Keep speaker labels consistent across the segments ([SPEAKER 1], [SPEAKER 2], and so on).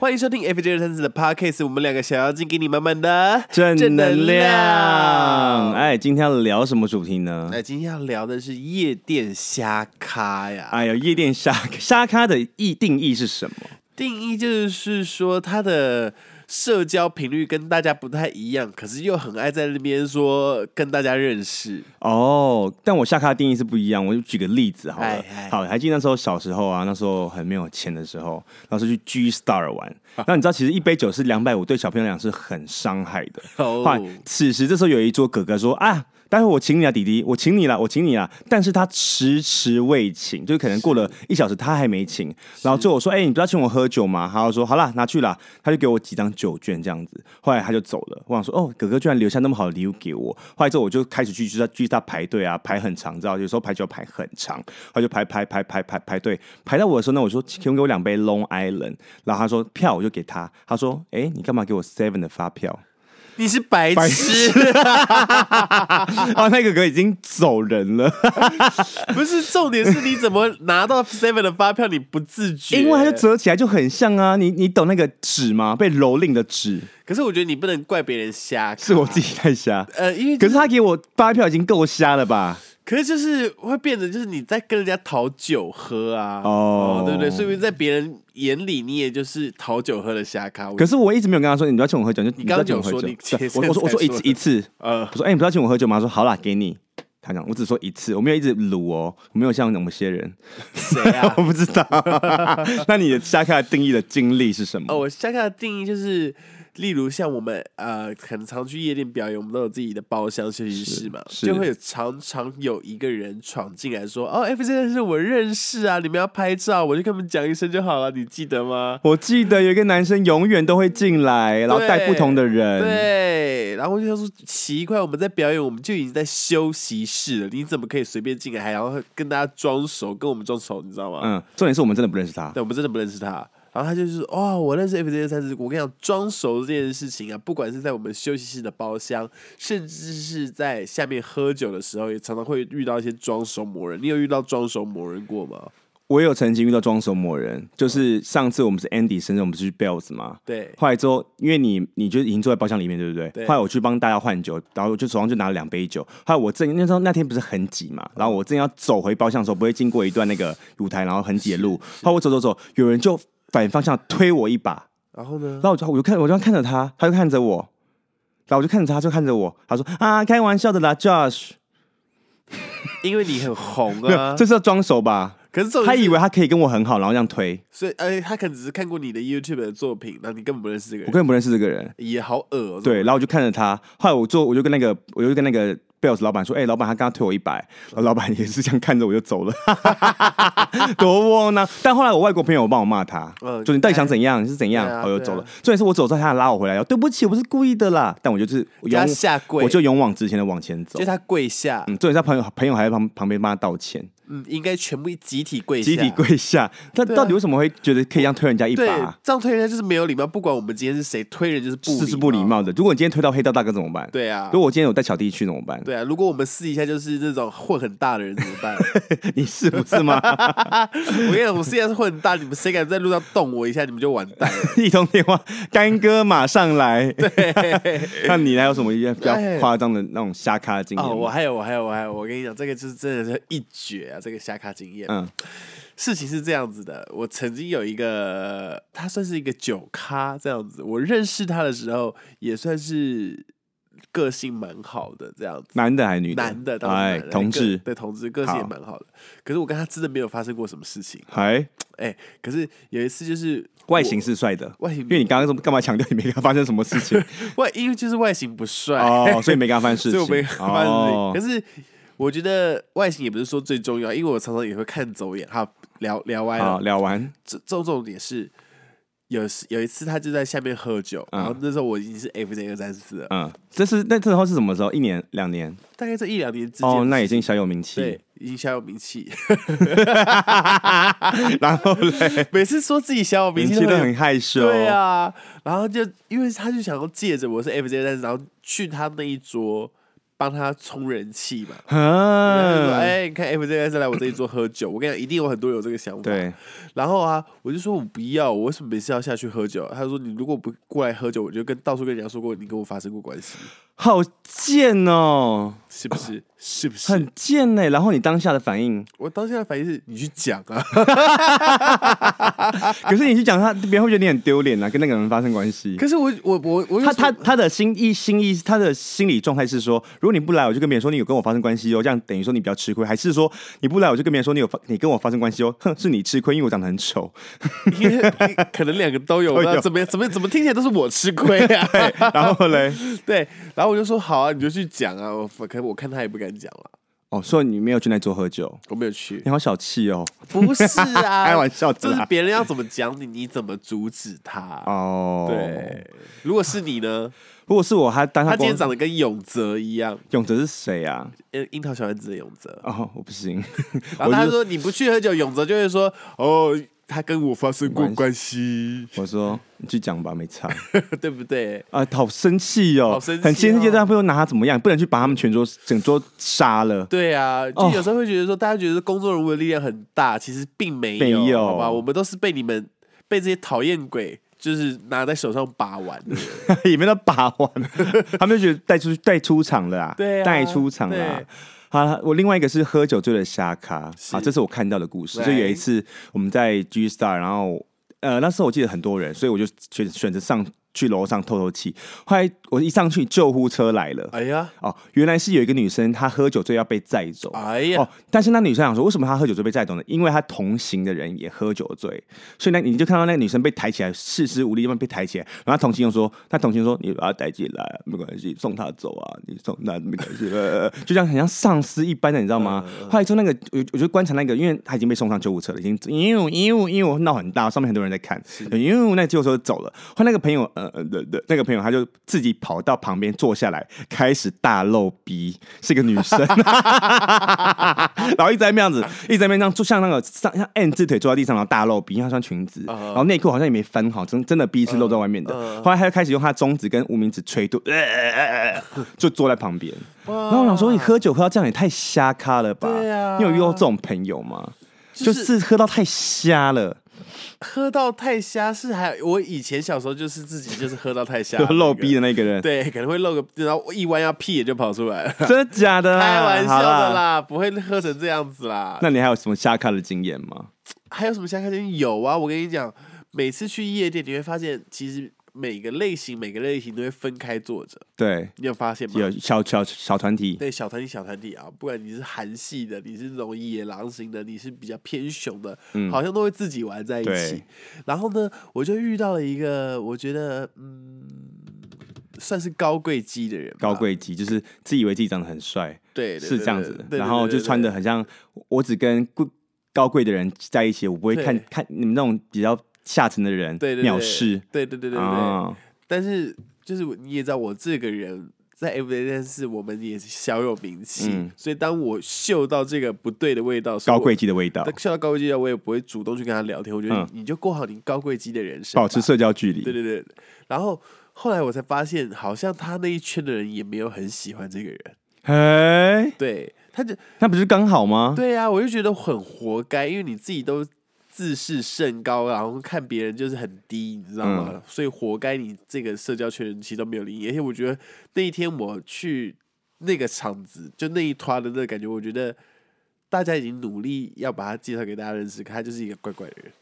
[SPEAKER 1] 欢迎收听 FJ 二三四的 Podcast，我们两个小妖精给你满满的
[SPEAKER 2] 正能量。。哎，今天要聊什么主题呢？
[SPEAKER 1] 那哎今天要聊的是夜店瞎咖呀，
[SPEAKER 2] 哎呦，夜店沙沙咖的意定义是什么？
[SPEAKER 1] 定义就是说它的社交频率跟大家不太一样，可是又很爱在那边说跟大家认识。
[SPEAKER 2] 哦，但我下咖的定义是不一样，我就举个例子好了。
[SPEAKER 1] 哎哎
[SPEAKER 2] 好，还记得那时候小时候啊，那时候很没有钱的时候，那时候去 G Star 玩，然后你知道其实一杯酒是两百五，对小朋友来讲是很伤害的。
[SPEAKER 1] 哦
[SPEAKER 2] 后来此时这时候有一桌哥哥说啊。待会我请你啊，弟弟，我请你啦，我请你啦。但是他迟迟未请，就是可能过了一小时，他还没请。然后最后我说：“哎、你不要请我喝酒吗？”他就说：“好啦，拿去啦。”他就给我几张酒券这样子。后来他就走了。我想说：“哦，哥哥居然留下那么好的礼物给我。”后来之后我就开始去去他去他排队啊，排很长，你知道有时候排酒排很长，他就排排排排排排队，排到我的时候呢，我说：“请给我两杯 Long Island。”然后他说：“票我就给他。”他说：“哎、你干嘛给我 Seven 的发票？”
[SPEAKER 1] 你是白
[SPEAKER 2] 白
[SPEAKER 1] 痴，
[SPEAKER 2] 啊，那个哥已经走人了，
[SPEAKER 1] 不是重点是你怎么拿到 Seven 的发票，你不自觉？
[SPEAKER 2] 因为它就折起来就很像啊，你你懂那个纸吗？被蹂躏的纸，
[SPEAKER 1] 可是我觉得你不能怪别人瞎咖，
[SPEAKER 2] 是我自己太 瞎。
[SPEAKER 1] 呃，因为
[SPEAKER 2] 可是他给我发票已经够瞎了 吧？
[SPEAKER 1] 可是就是会变得，就是你在跟人家讨酒喝啊，哦，
[SPEAKER 2] 哦
[SPEAKER 1] 对不对？所以在别人眼里，你也就是讨酒喝的瞎咖。
[SPEAKER 2] 可是我一直没有跟他说，你不要请我喝酒，就
[SPEAKER 1] 你刚刚
[SPEAKER 2] 不要请
[SPEAKER 1] 有
[SPEAKER 2] 我
[SPEAKER 1] 说
[SPEAKER 2] 喝
[SPEAKER 1] 你
[SPEAKER 2] 酒。对
[SPEAKER 1] 前
[SPEAKER 2] 我我说我说一
[SPEAKER 1] 才说
[SPEAKER 2] 次
[SPEAKER 1] 的
[SPEAKER 2] 一次，
[SPEAKER 1] 呃
[SPEAKER 2] 我，说哎、你不要请我喝酒吗？他说好啦，给你。他讲我只说一次，我没有一直撸哦，我没有像某 些人，
[SPEAKER 1] 谁
[SPEAKER 2] 我
[SPEAKER 1] 啊？
[SPEAKER 2] 不知 道。那你的瞎看定义的经历是什么？
[SPEAKER 1] 哦，我瞎咖的定义就是，例如像我们呃，很常去夜店表演，我们都有自己的包厢休息室嘛，
[SPEAKER 2] 是
[SPEAKER 1] 就会有常常有一个人闯进来说：“哦，F 真的是我认识啊，你们要拍照，我就跟他们讲一声就好了，你记得吗
[SPEAKER 2] 我记得有一个男生永远都会进来，然后带不同的人。嗯
[SPEAKER 1] 对，然后我就想说奇怪，我们在表演，我们就已经在休息室了，你怎么可以随便进来，还要跟大家装熟，跟我们装熟，你知道吗？
[SPEAKER 2] 嗯，重点是我们真的不认识他。
[SPEAKER 1] 对，我们真的不认识他。然后他就是哇、我认识 F J 三十，我跟你讲，装熟这件事情啊，不管是在我们休息室的包厢，甚至是在下面喝酒的时候，也常常会遇到一些装熟魔人。你有遇到装熟魔人过吗？
[SPEAKER 2] 我有曾经遇到装熟魔人，
[SPEAKER 1] 嗯
[SPEAKER 2] 就是上次我们是 Andy 生日，我们是去 Bells 嘛。
[SPEAKER 1] 对，
[SPEAKER 2] 后来之后，因为你你就已经坐在包厢里面，对不对？
[SPEAKER 1] 对
[SPEAKER 2] 后来我去帮大家换酒，然后我就手上就拿了两杯酒。后来我正那时候那天不是很挤
[SPEAKER 1] 嗯
[SPEAKER 2] 嘛，然后我正要走回包厢的时候，不会经过一段那个舞台，然后很挤的路。后来我走走走，有人就反方向推我一把，
[SPEAKER 1] 然后呢
[SPEAKER 2] 然？后我就我就看我就看着他，他就看着我，然后我就看着他，他就看着我，他说啊，开玩笑的啦，Josh，
[SPEAKER 1] 因为你很红
[SPEAKER 2] 没有，
[SPEAKER 1] 啊，
[SPEAKER 2] 这是要装熟吧？
[SPEAKER 1] 可是重
[SPEAKER 2] 他
[SPEAKER 1] 点是
[SPEAKER 2] 以为他可以跟我很好，然后这样推，
[SPEAKER 1] 所以，哎，他可能只是看过你的 YouTube 的作品，那你根本不认识这个
[SPEAKER 2] 我根
[SPEAKER 1] 人，
[SPEAKER 2] 本不认识这个人。
[SPEAKER 1] 也好恶哦、
[SPEAKER 2] 对，然后我就看着他，后来我做，我就跟那个，我就跟那个 Bells 老板说，哎、老板，他刚刚退我一百，然后老板也是这样看着我就走了， 多窝囊。但后来我外国朋友帮我骂他，
[SPEAKER 1] 嗯
[SPEAKER 2] 就你到底想怎样？你是怎样？
[SPEAKER 1] 对啊
[SPEAKER 2] 我就
[SPEAKER 1] 对啊
[SPEAKER 2] 走了。重点是我走之后，他还拉我回来，要对不起，我不是故意的啦。但我就是
[SPEAKER 1] 给他
[SPEAKER 2] 勇，
[SPEAKER 1] 下跪，
[SPEAKER 2] 我就勇往直前的往前走
[SPEAKER 1] 就。他跪下，
[SPEAKER 2] 嗯，重点是他朋友朋友还在旁旁边帮他道歉，
[SPEAKER 1] 嗯，应该全部集体跪下，
[SPEAKER 2] 集体。跪下。他
[SPEAKER 1] 对啊
[SPEAKER 2] 到底为什么会觉得可以这样推人家一
[SPEAKER 1] 对
[SPEAKER 2] 把、，啊
[SPEAKER 1] 这样推人家就是没有礼貌，不管我们今天是谁，推人就是不
[SPEAKER 2] 这是不礼。貌的。如果你今天推到黑道大哥怎么办？
[SPEAKER 1] 对啊
[SPEAKER 2] 如，果我今天有带小弟去怎么办？
[SPEAKER 1] 对啊，如果我们私底下就是那种混很大的人怎么办？
[SPEAKER 2] 你是不是吗？
[SPEAKER 1] 我跟你讲，我私底下是混很大，你们谁敢在路上动我一下，你们就完蛋 了。
[SPEAKER 2] 一通电话，干哥马上来。 那你还有什么一些比较
[SPEAKER 1] 哎
[SPEAKER 2] 夸张的那种瞎咖的经
[SPEAKER 1] 哦，
[SPEAKER 2] 验
[SPEAKER 1] 我
[SPEAKER 2] 吗？
[SPEAKER 1] 还有，我还有，我还有，我跟你讲，这个就是真的是一绝啊！这个下卡经验，
[SPEAKER 2] 嗯，
[SPEAKER 1] 事情是这样子的，我曾经有一个，他算是一个酒咖这样子。我认识他的时候，也算是个性蛮好的这样子，
[SPEAKER 2] 男的还是女的？
[SPEAKER 1] 男的，当然
[SPEAKER 2] 哎
[SPEAKER 1] 男，的
[SPEAKER 2] 同
[SPEAKER 1] 个
[SPEAKER 2] 志，
[SPEAKER 1] 对同志个性也
[SPEAKER 2] 好
[SPEAKER 1] 蛮好的。可是我跟他真的没有发生过什么事情。
[SPEAKER 2] 哎，
[SPEAKER 1] 哎、可是有一次就是
[SPEAKER 2] 外形是帅的。
[SPEAKER 1] 外形
[SPEAKER 2] 因，为你刚刚干嘛强调你没跟他发生什么 事情
[SPEAKER 1] 外因为就是外形不帅，
[SPEAKER 2] 哦，所以没跟他发生事
[SPEAKER 1] 所以
[SPEAKER 2] 情，
[SPEAKER 1] 我没发生事情。
[SPEAKER 2] 哦
[SPEAKER 1] 可是我觉得外形也不是说最重要，因为我常常也会看走眼。好，聊聊歪了
[SPEAKER 2] 好，，聊完
[SPEAKER 1] 重重重点是，有时有一次他就在下面喝酒，然后那时候我已经是 FJ 二三四了，
[SPEAKER 2] 嗯，这是那这时候是什么时候？一年两年
[SPEAKER 1] 大概这一两年之间，
[SPEAKER 2] 哦，那已经小有名气
[SPEAKER 1] 对。，已经小有名气。
[SPEAKER 2] 然后嘞，
[SPEAKER 1] 每次说自己小有名
[SPEAKER 2] 名
[SPEAKER 1] 气
[SPEAKER 2] 气
[SPEAKER 1] 都
[SPEAKER 2] 都
[SPEAKER 1] 会
[SPEAKER 2] 很哦害羞。
[SPEAKER 1] 对啊啊，然后就因为他就想要借着我是 FJ 三十，然后去他那一桌帮他冲人气嘛。然后就说
[SPEAKER 2] 啊，
[SPEAKER 1] 哎，你看 F J S 来我这里做喝酒，我跟你讲，一定有很多人有这个想法。
[SPEAKER 2] 对，
[SPEAKER 1] 然后啊，我就说我不要，我为什么每次要下去喝酒？他说你如果不过来喝酒，我就跟到处跟人家说过你跟我发生过关系，
[SPEAKER 2] 好贱哦，
[SPEAKER 1] 是不是？是不是？
[SPEAKER 2] 很贱呢。然后你当下的反应，
[SPEAKER 1] 我当下的反应是你去讲啊，
[SPEAKER 2] 可是你去讲他，别人会觉得你很丢脸啊，跟那个人发生关系。
[SPEAKER 1] 可是我我我我
[SPEAKER 2] 他他
[SPEAKER 1] 他
[SPEAKER 2] 他的心意心意，他的心理状态是说，如果你不来，我就跟别人说你有跟我发生关系哦，这样等于说你比较吃亏，还是说你不来，我就跟别人说你有发你跟我发生关系哦， 哼，是你吃亏，因为我长得很丑，
[SPEAKER 1] 可能两个都有，
[SPEAKER 2] 都有
[SPEAKER 1] 那怎么怎么怎么听起来都是我吃亏啊？
[SPEAKER 2] 然 后嘞，
[SPEAKER 1] 对，然后我就说好啊，你就去讲啊。我可我看他也不敢讲了，
[SPEAKER 2] 哦，所以你没有去那里做喝酒，
[SPEAKER 1] 我没有去。
[SPEAKER 2] 你好小气哦，
[SPEAKER 1] 不是啊，
[SPEAKER 2] 开玩笑的
[SPEAKER 1] 就是
[SPEAKER 2] 啦，
[SPEAKER 1] 别人要怎么讲你，你怎么阻止他？啊
[SPEAKER 2] 哦，
[SPEAKER 1] 对，，如果是你 呢？
[SPEAKER 2] 如果是我，他当
[SPEAKER 1] 他
[SPEAKER 2] 他
[SPEAKER 1] 今天
[SPEAKER 2] 光
[SPEAKER 1] 长得跟永泽一样，
[SPEAKER 2] 永哲是谁啊？
[SPEAKER 1] 呃，樱桃小丸子的永泽。
[SPEAKER 2] 哦，我不行，
[SPEAKER 1] 然后他说你不去喝酒，永泽就会说哦，他跟我发生过
[SPEAKER 2] 关系
[SPEAKER 1] 关系，
[SPEAKER 2] 我说你去讲吧，没差
[SPEAKER 1] 对不对？
[SPEAKER 2] 啊，好生气哦，
[SPEAKER 1] 好生气哦
[SPEAKER 2] 很生气，但他不能拿他怎么样，不能去把他们全桌整桌杀了。
[SPEAKER 1] 对啊，就
[SPEAKER 2] 哦
[SPEAKER 1] 有时候会觉得说，大家觉得工作人物的力量很大，其实并没有，
[SPEAKER 2] 没有
[SPEAKER 1] 好吧？我们都是被你们被这些讨厌鬼就是拿在手上把玩 的，
[SPEAKER 2] 也没得把 玩，他们就觉得带出去带出场了啊，
[SPEAKER 1] 对啊
[SPEAKER 2] 带出场了啊
[SPEAKER 1] 对。
[SPEAKER 2] 好啦，我另外一个是喝酒醉的瞎咖
[SPEAKER 1] 是
[SPEAKER 2] 啊，这是我看到的故事。
[SPEAKER 1] 来
[SPEAKER 2] 就有一次我们在 G Star，然后呃那时候我记得很多人，所以我就选选择上去楼上透透气。后来我一上去，救护车来了。
[SPEAKER 1] 哎呀，
[SPEAKER 2] 哦，原来是有一个女生，她喝酒醉要被载走。
[SPEAKER 1] 哎呀，
[SPEAKER 2] 哦，但是那女生想说，为什么她喝酒醉被载走呢？因为她同行的人也喝酒醉，所以呢，你就看到那个女生被抬起来，四肢无力，慢慢被抬起来。然后她同行又说，那同行说，你把她抬起来，没关系，送她走啊，你送她没关系，呃就这样很像丧尸一般的，你知道吗？后来之后那个，我我就观察那个，因为她已经被送上救护车了，已经因因为因为闹很大，上面很多人在看，因为那救护车走了。后来那个朋友，呃呃的的那个朋友，他就自己跑到旁边坐下来，开始大露鼻，是一个女 生。然后一直在那样子，一直在那样就像那个上像 N 字腿坐在地上，然后大露鼻，因为他穿裙子，然后内裤好像也没翻好，真真的逼是露在外面的。后来他就开始用他中指跟无名指吹肚，呃呃呃 呃就坐在旁边。然后我想说，你喝酒喝到这样也太瞎咖了吧？
[SPEAKER 1] 对啊
[SPEAKER 2] 你有遇到这种朋友吗？
[SPEAKER 1] 就
[SPEAKER 2] 就是是喝到太瞎了，
[SPEAKER 1] 喝到太瞎是还我以前小时候就是自己就是喝到太瞎
[SPEAKER 2] 就， 露逼
[SPEAKER 1] 的
[SPEAKER 2] 啊的那个人，
[SPEAKER 1] 那个，对，可能会露个，然后一弯腰屁也就跑出来了，
[SPEAKER 2] 真的假的啦？
[SPEAKER 1] 开玩笑的
[SPEAKER 2] 好啦。
[SPEAKER 1] 啦，不会喝成这样子啦。
[SPEAKER 2] 那你还有什么瞎咖的经验吗？
[SPEAKER 1] 还有什么相关店？有啊，我跟你讲，每次去夜店，你会发现其实每个类型每个类型都会分开坐着，
[SPEAKER 2] 对，
[SPEAKER 1] 你有发现 吗？
[SPEAKER 2] 有小小小团体，
[SPEAKER 1] 对，小团体小团体啊，不管你是韩系的，你是那种野狼型的，你是比较偏熊的，好像都会自己玩在一起
[SPEAKER 2] 对。
[SPEAKER 1] 然后呢，我就遇到了一个我觉得嗯，算是高贵鸡的人吧，
[SPEAKER 2] 高贵级，就是自以为自己长得很帅，
[SPEAKER 1] 对对
[SPEAKER 2] 是
[SPEAKER 1] 对
[SPEAKER 2] 这样
[SPEAKER 1] 对
[SPEAKER 2] 子
[SPEAKER 1] 对，对
[SPEAKER 2] 然后
[SPEAKER 1] 对
[SPEAKER 2] 就
[SPEAKER 1] 对
[SPEAKER 2] 穿的很像，我只跟贵高贵的人在一起，我不会看
[SPEAKER 1] 对
[SPEAKER 2] 看你们那种比较下层的人
[SPEAKER 1] 对对对
[SPEAKER 2] 藐视，
[SPEAKER 1] 对对对对对。
[SPEAKER 2] 啊，
[SPEAKER 1] 但是就是我你也知道，我这个人在 F A 但是我们也小有名气，
[SPEAKER 2] 嗯
[SPEAKER 1] 所以当我嗅到这个不对的味道的时候，
[SPEAKER 2] 高贵级的味道
[SPEAKER 1] 我，，嗅到高贵鸡的，我也不会主动去跟他聊天。我觉得
[SPEAKER 2] 嗯
[SPEAKER 1] 你,、就过好你高贵鸡的人生吧，
[SPEAKER 2] 保持社交距
[SPEAKER 1] 对
[SPEAKER 2] 离。
[SPEAKER 1] 对对。然后后来我才发现，好像他那一圈的人也没有很喜欢这个人，
[SPEAKER 2] 哎，
[SPEAKER 1] 对，他就
[SPEAKER 2] 那不是刚 好吗？
[SPEAKER 1] 对啊，我就觉得很活该，因为你自己都自视甚高，然后看别人就是很低，你知道吗？所以活该你这个社交圈人其实都没有利益。而且我觉得那一天我去那个场子，就那一团的那个感觉，我觉得大家已经努力要把他介绍给大家认识，可他就是一个怪怪的人，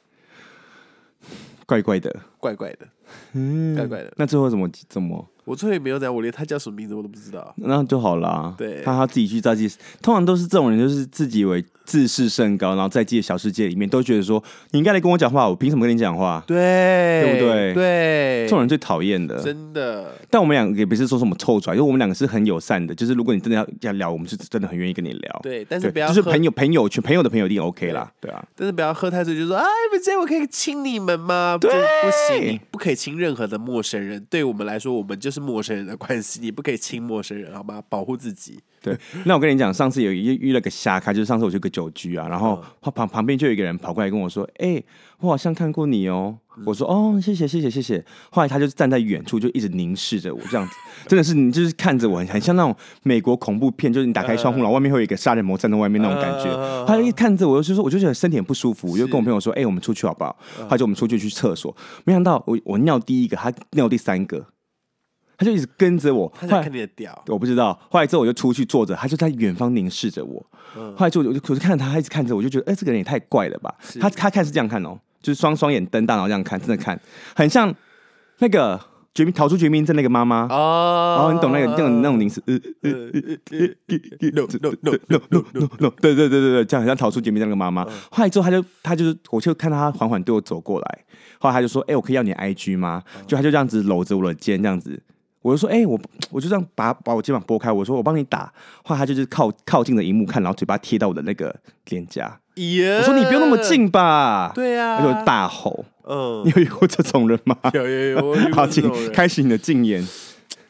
[SPEAKER 2] 怪怪的，
[SPEAKER 1] 怪怪的，
[SPEAKER 2] 嗯，
[SPEAKER 1] 怪怪的。
[SPEAKER 2] 那最后怎么怎么？
[SPEAKER 1] 我最后也没有讲，我连他叫什么名字我都不知道。
[SPEAKER 2] 那就好啦。
[SPEAKER 1] 对
[SPEAKER 2] 他他自己去在自己，通常都是这种人，就是自己以为自视甚高，然后在自己的小世界里面都觉得说，你应该来跟我讲话，我凭什么跟你讲话？
[SPEAKER 1] 对
[SPEAKER 2] 对不对
[SPEAKER 1] 对，
[SPEAKER 2] 这种人最讨厌的，
[SPEAKER 1] 真的
[SPEAKER 2] 但我们两个也不是说什么臭拽，因为我们两个是很友善的，就是如果你真的要要聊，我们是真的很愿意跟你聊。
[SPEAKER 1] 对，
[SPEAKER 2] 对，
[SPEAKER 1] 但是不要
[SPEAKER 2] 就是
[SPEAKER 1] 喝
[SPEAKER 2] 朋友朋友圈朋友的朋友一定 OK 啦，对啊，
[SPEAKER 1] 但是不要喝太醉，就说哎，不这样我可以亲你们吗？对，不行，你不可以亲任何的陌生人。对我们来说，我们就是陌生人的关系，你不可以亲陌生人，好吗？保护自己。
[SPEAKER 2] 对。那我跟你讲，上次有遇遇了个瞎咖，就是上次我去个酒局啊，然后旁旁边就有一个人跑过来跟我说：“哎、我好像看过你哦、我说哦，谢谢谢谢谢谢。后来他就站在远处，就一直凝视着我，这样子，真的是你就是看着我，很很像那种美国恐怖片，就是你打开窗户，然后外面会有一个杀人魔站在外面那种感觉。他一看着我，就说我就觉得身体很不舒服，我就跟我朋友说，哎、我们出去好不好？他就我们出去去厕所，没想到我我尿第一个，他尿第三个，他就一直跟着我。
[SPEAKER 1] 他
[SPEAKER 2] 后
[SPEAKER 1] 想
[SPEAKER 2] 来
[SPEAKER 1] 看你的屌，
[SPEAKER 2] 我不知道。后来之后我就出去坐着，他就在远方凝视着我。后来之后我就我就看着他，他一直看着我，就觉得哎、这个人也太怪了吧。他他看是这样看哦，就是双双眼瞪大，然后这样看，真的看，很像那个绝命逃出绝命镇那个妈妈。
[SPEAKER 1] 哦
[SPEAKER 2] 哦，你懂那个那种那种凝视，呃呃
[SPEAKER 1] ，no no no 嗯
[SPEAKER 2] no no no no，对对对对对，这样很像逃出绝命镇那个妈妈。后来之后，他就他就是，我就看到他缓缓对我走过来，后来他就说：“哎、我可以要你的 IG 吗？”
[SPEAKER 1] 嗯
[SPEAKER 2] 就他就这样子搂着我的肩，这样子，我就说：“哎、我我就这样把把我肩膀拨开，我说我帮你打。”后来他就是靠靠近着荧幕看，然后嘴巴贴到我的那个脸颊，
[SPEAKER 1] 耶，
[SPEAKER 2] 我说：“你不用那么，近吧。”，
[SPEAKER 1] 对啊呀，
[SPEAKER 2] 他就大吼。
[SPEAKER 1] 嗯
[SPEAKER 2] 你，有遇过这种人 吗？
[SPEAKER 1] 有有有，我遇
[SPEAKER 2] 好，
[SPEAKER 1] 过这
[SPEAKER 2] 请
[SPEAKER 1] 种人
[SPEAKER 2] 开始你的禁言。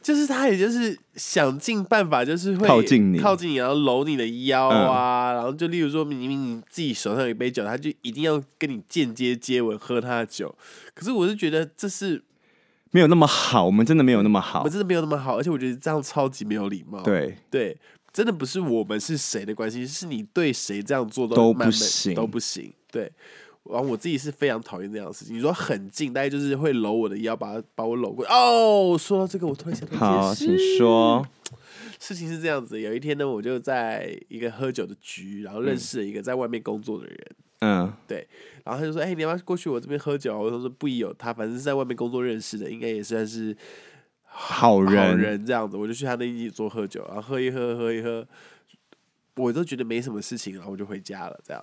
[SPEAKER 1] 就是他，也就是想尽办法，就是会
[SPEAKER 2] 靠近你嗯
[SPEAKER 1] 靠近你，然后搂你的腰啊，然后就例如说，明明你自己手上有一杯酒，他就一定要跟你间接接吻，喝他的酒。可是我是觉得这是
[SPEAKER 2] 没有那么好，我们真的没有那么
[SPEAKER 1] 我
[SPEAKER 2] 好
[SPEAKER 1] 们。真的没有那么好，而且我觉得这样超级没有礼貌。
[SPEAKER 2] 对，
[SPEAKER 1] 对真的不是我们是谁的关系，是你对谁这样做都
[SPEAKER 2] 都
[SPEAKER 1] 慢慢
[SPEAKER 2] 不行
[SPEAKER 1] 都不行。对，然后我自己是非常讨厌这样的事情。你说很近，大概就是会搂我的腰，把把我搂过来。哦，说到这个，我突然想到一件
[SPEAKER 2] 好，
[SPEAKER 1] 事
[SPEAKER 2] 请说。
[SPEAKER 1] 事情是这样子，有一天呢，我就在一个喝酒的局，然后认识了一个在外面工作的人，
[SPEAKER 2] 嗯，
[SPEAKER 1] 对，然后他就说：“哎、你要不要过去我这边喝酒啊？”我说：“不宜有他，反正是在外面工作认识的，应该也算是
[SPEAKER 2] 好
[SPEAKER 1] 好
[SPEAKER 2] 人，
[SPEAKER 1] 人这样子。”我就去他那一桌喝酒，然后喝一喝，喝一喝，我都觉得没什么事情，然后我就回家了，这样。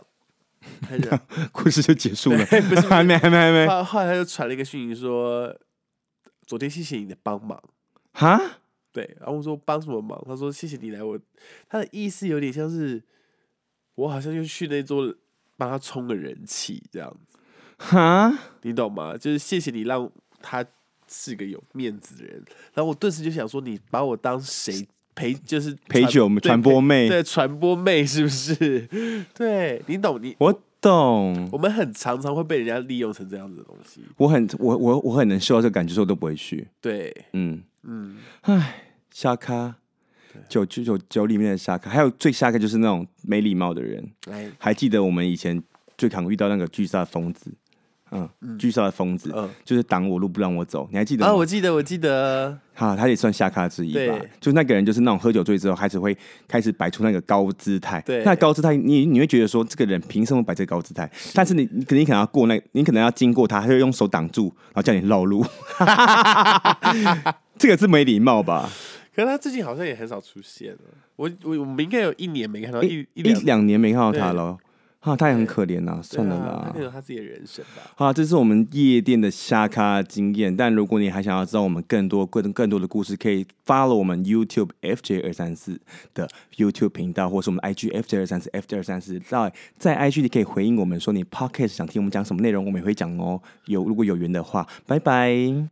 [SPEAKER 1] 他 就
[SPEAKER 2] 故事就结束了。 还没，还没，还没。
[SPEAKER 1] 后后来他就传了一个讯息说：“昨天谢谢你的帮忙。”
[SPEAKER 2] 哈，
[SPEAKER 1] 对，然后我说帮什么忙？他说谢谢你来我，他的意思有点像是我好像就去那桌帮他冲个人气这样子，
[SPEAKER 2] 哈，
[SPEAKER 1] 你懂吗？就是谢谢你让他是个有面子的人。然后我顿时就想说，你把我当谁陪？就是
[SPEAKER 2] 陪酒
[SPEAKER 1] 对
[SPEAKER 2] 传播妹
[SPEAKER 1] 对传播妹是不是？ 对你懂你，
[SPEAKER 2] 我懂。
[SPEAKER 1] 我们很常常会被人家利用成这样子的东西。
[SPEAKER 2] 我很，我我我很能受到这个感觉，所以我都不会去。
[SPEAKER 1] 对，
[SPEAKER 2] 嗯，
[SPEAKER 1] 嗯，
[SPEAKER 2] 瞎咖，酒酒酒酒里面的瞎咖，还有最瞎咖就是那种没礼貌的人。
[SPEAKER 1] 来，
[SPEAKER 2] 还记得我们以前最常遇到那个巨煞疯子，嗯，巨煞的疯子，
[SPEAKER 1] 嗯
[SPEAKER 2] 就是挡我路不让我走。你还记得吗？
[SPEAKER 1] 啊，我记得，我记得，
[SPEAKER 2] 哈，他也算下咖之一吧
[SPEAKER 1] 对。
[SPEAKER 2] 就那个人，就是那种喝酒醉之后，开始会开始摆出那个高姿态。
[SPEAKER 1] 对
[SPEAKER 2] 那高姿态，你你会觉得说，这个人凭什么摆这个高姿态？
[SPEAKER 1] 嗯
[SPEAKER 2] 但是你你可能你可能要过那，你可能要经过他，他就用手挡住，然后叫你绕 路。这个是没礼貌吧？
[SPEAKER 1] 可是他最近好像也很少出现了。我我我们应该有一年没看到一一
[SPEAKER 2] 一一
[SPEAKER 1] 两
[SPEAKER 2] 两年没看到他了，哈，他也很可怜呐、算了
[SPEAKER 1] 对啊他
[SPEAKER 2] 啦
[SPEAKER 1] 可。能有他自己的人生吧。
[SPEAKER 2] 好，这是我们夜店的下咖经验。但如果你还想要知道我们更多、更更多的故事，可以 follow 我们 YouTube FJ 二三四的 YouTube 频道，或是我们 IG FJ 二三四 FJ 二三四。在在 IG 你可以回应我们说你 Podcast 想听我们讲什么内容，我们也会讲哦。有如果有缘的话，拜拜。